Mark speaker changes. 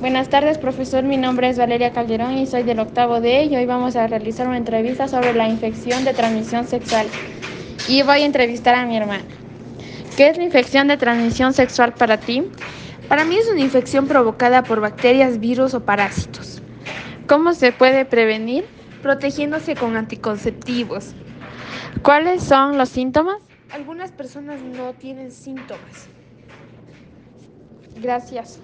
Speaker 1: Buenas tardes, profesor. Mi nombre es Valeria Calderón y soy del octavo D y hoy vamos a realizar una entrevista sobre la infección de transmisión sexual. Y voy a entrevistar a mi hermana. ¿Qué es la infección de transmisión sexual para ti?
Speaker 2: Para mí es una infección provocada por bacterias, virus o parásitos,
Speaker 1: ¿Cómo se puede prevenir?
Speaker 2: protegiéndose con anticonceptivos.
Speaker 1: ¿Cuáles son los síntomas?
Speaker 2: Algunas personas no tienen síntomas.
Speaker 1: Gracias.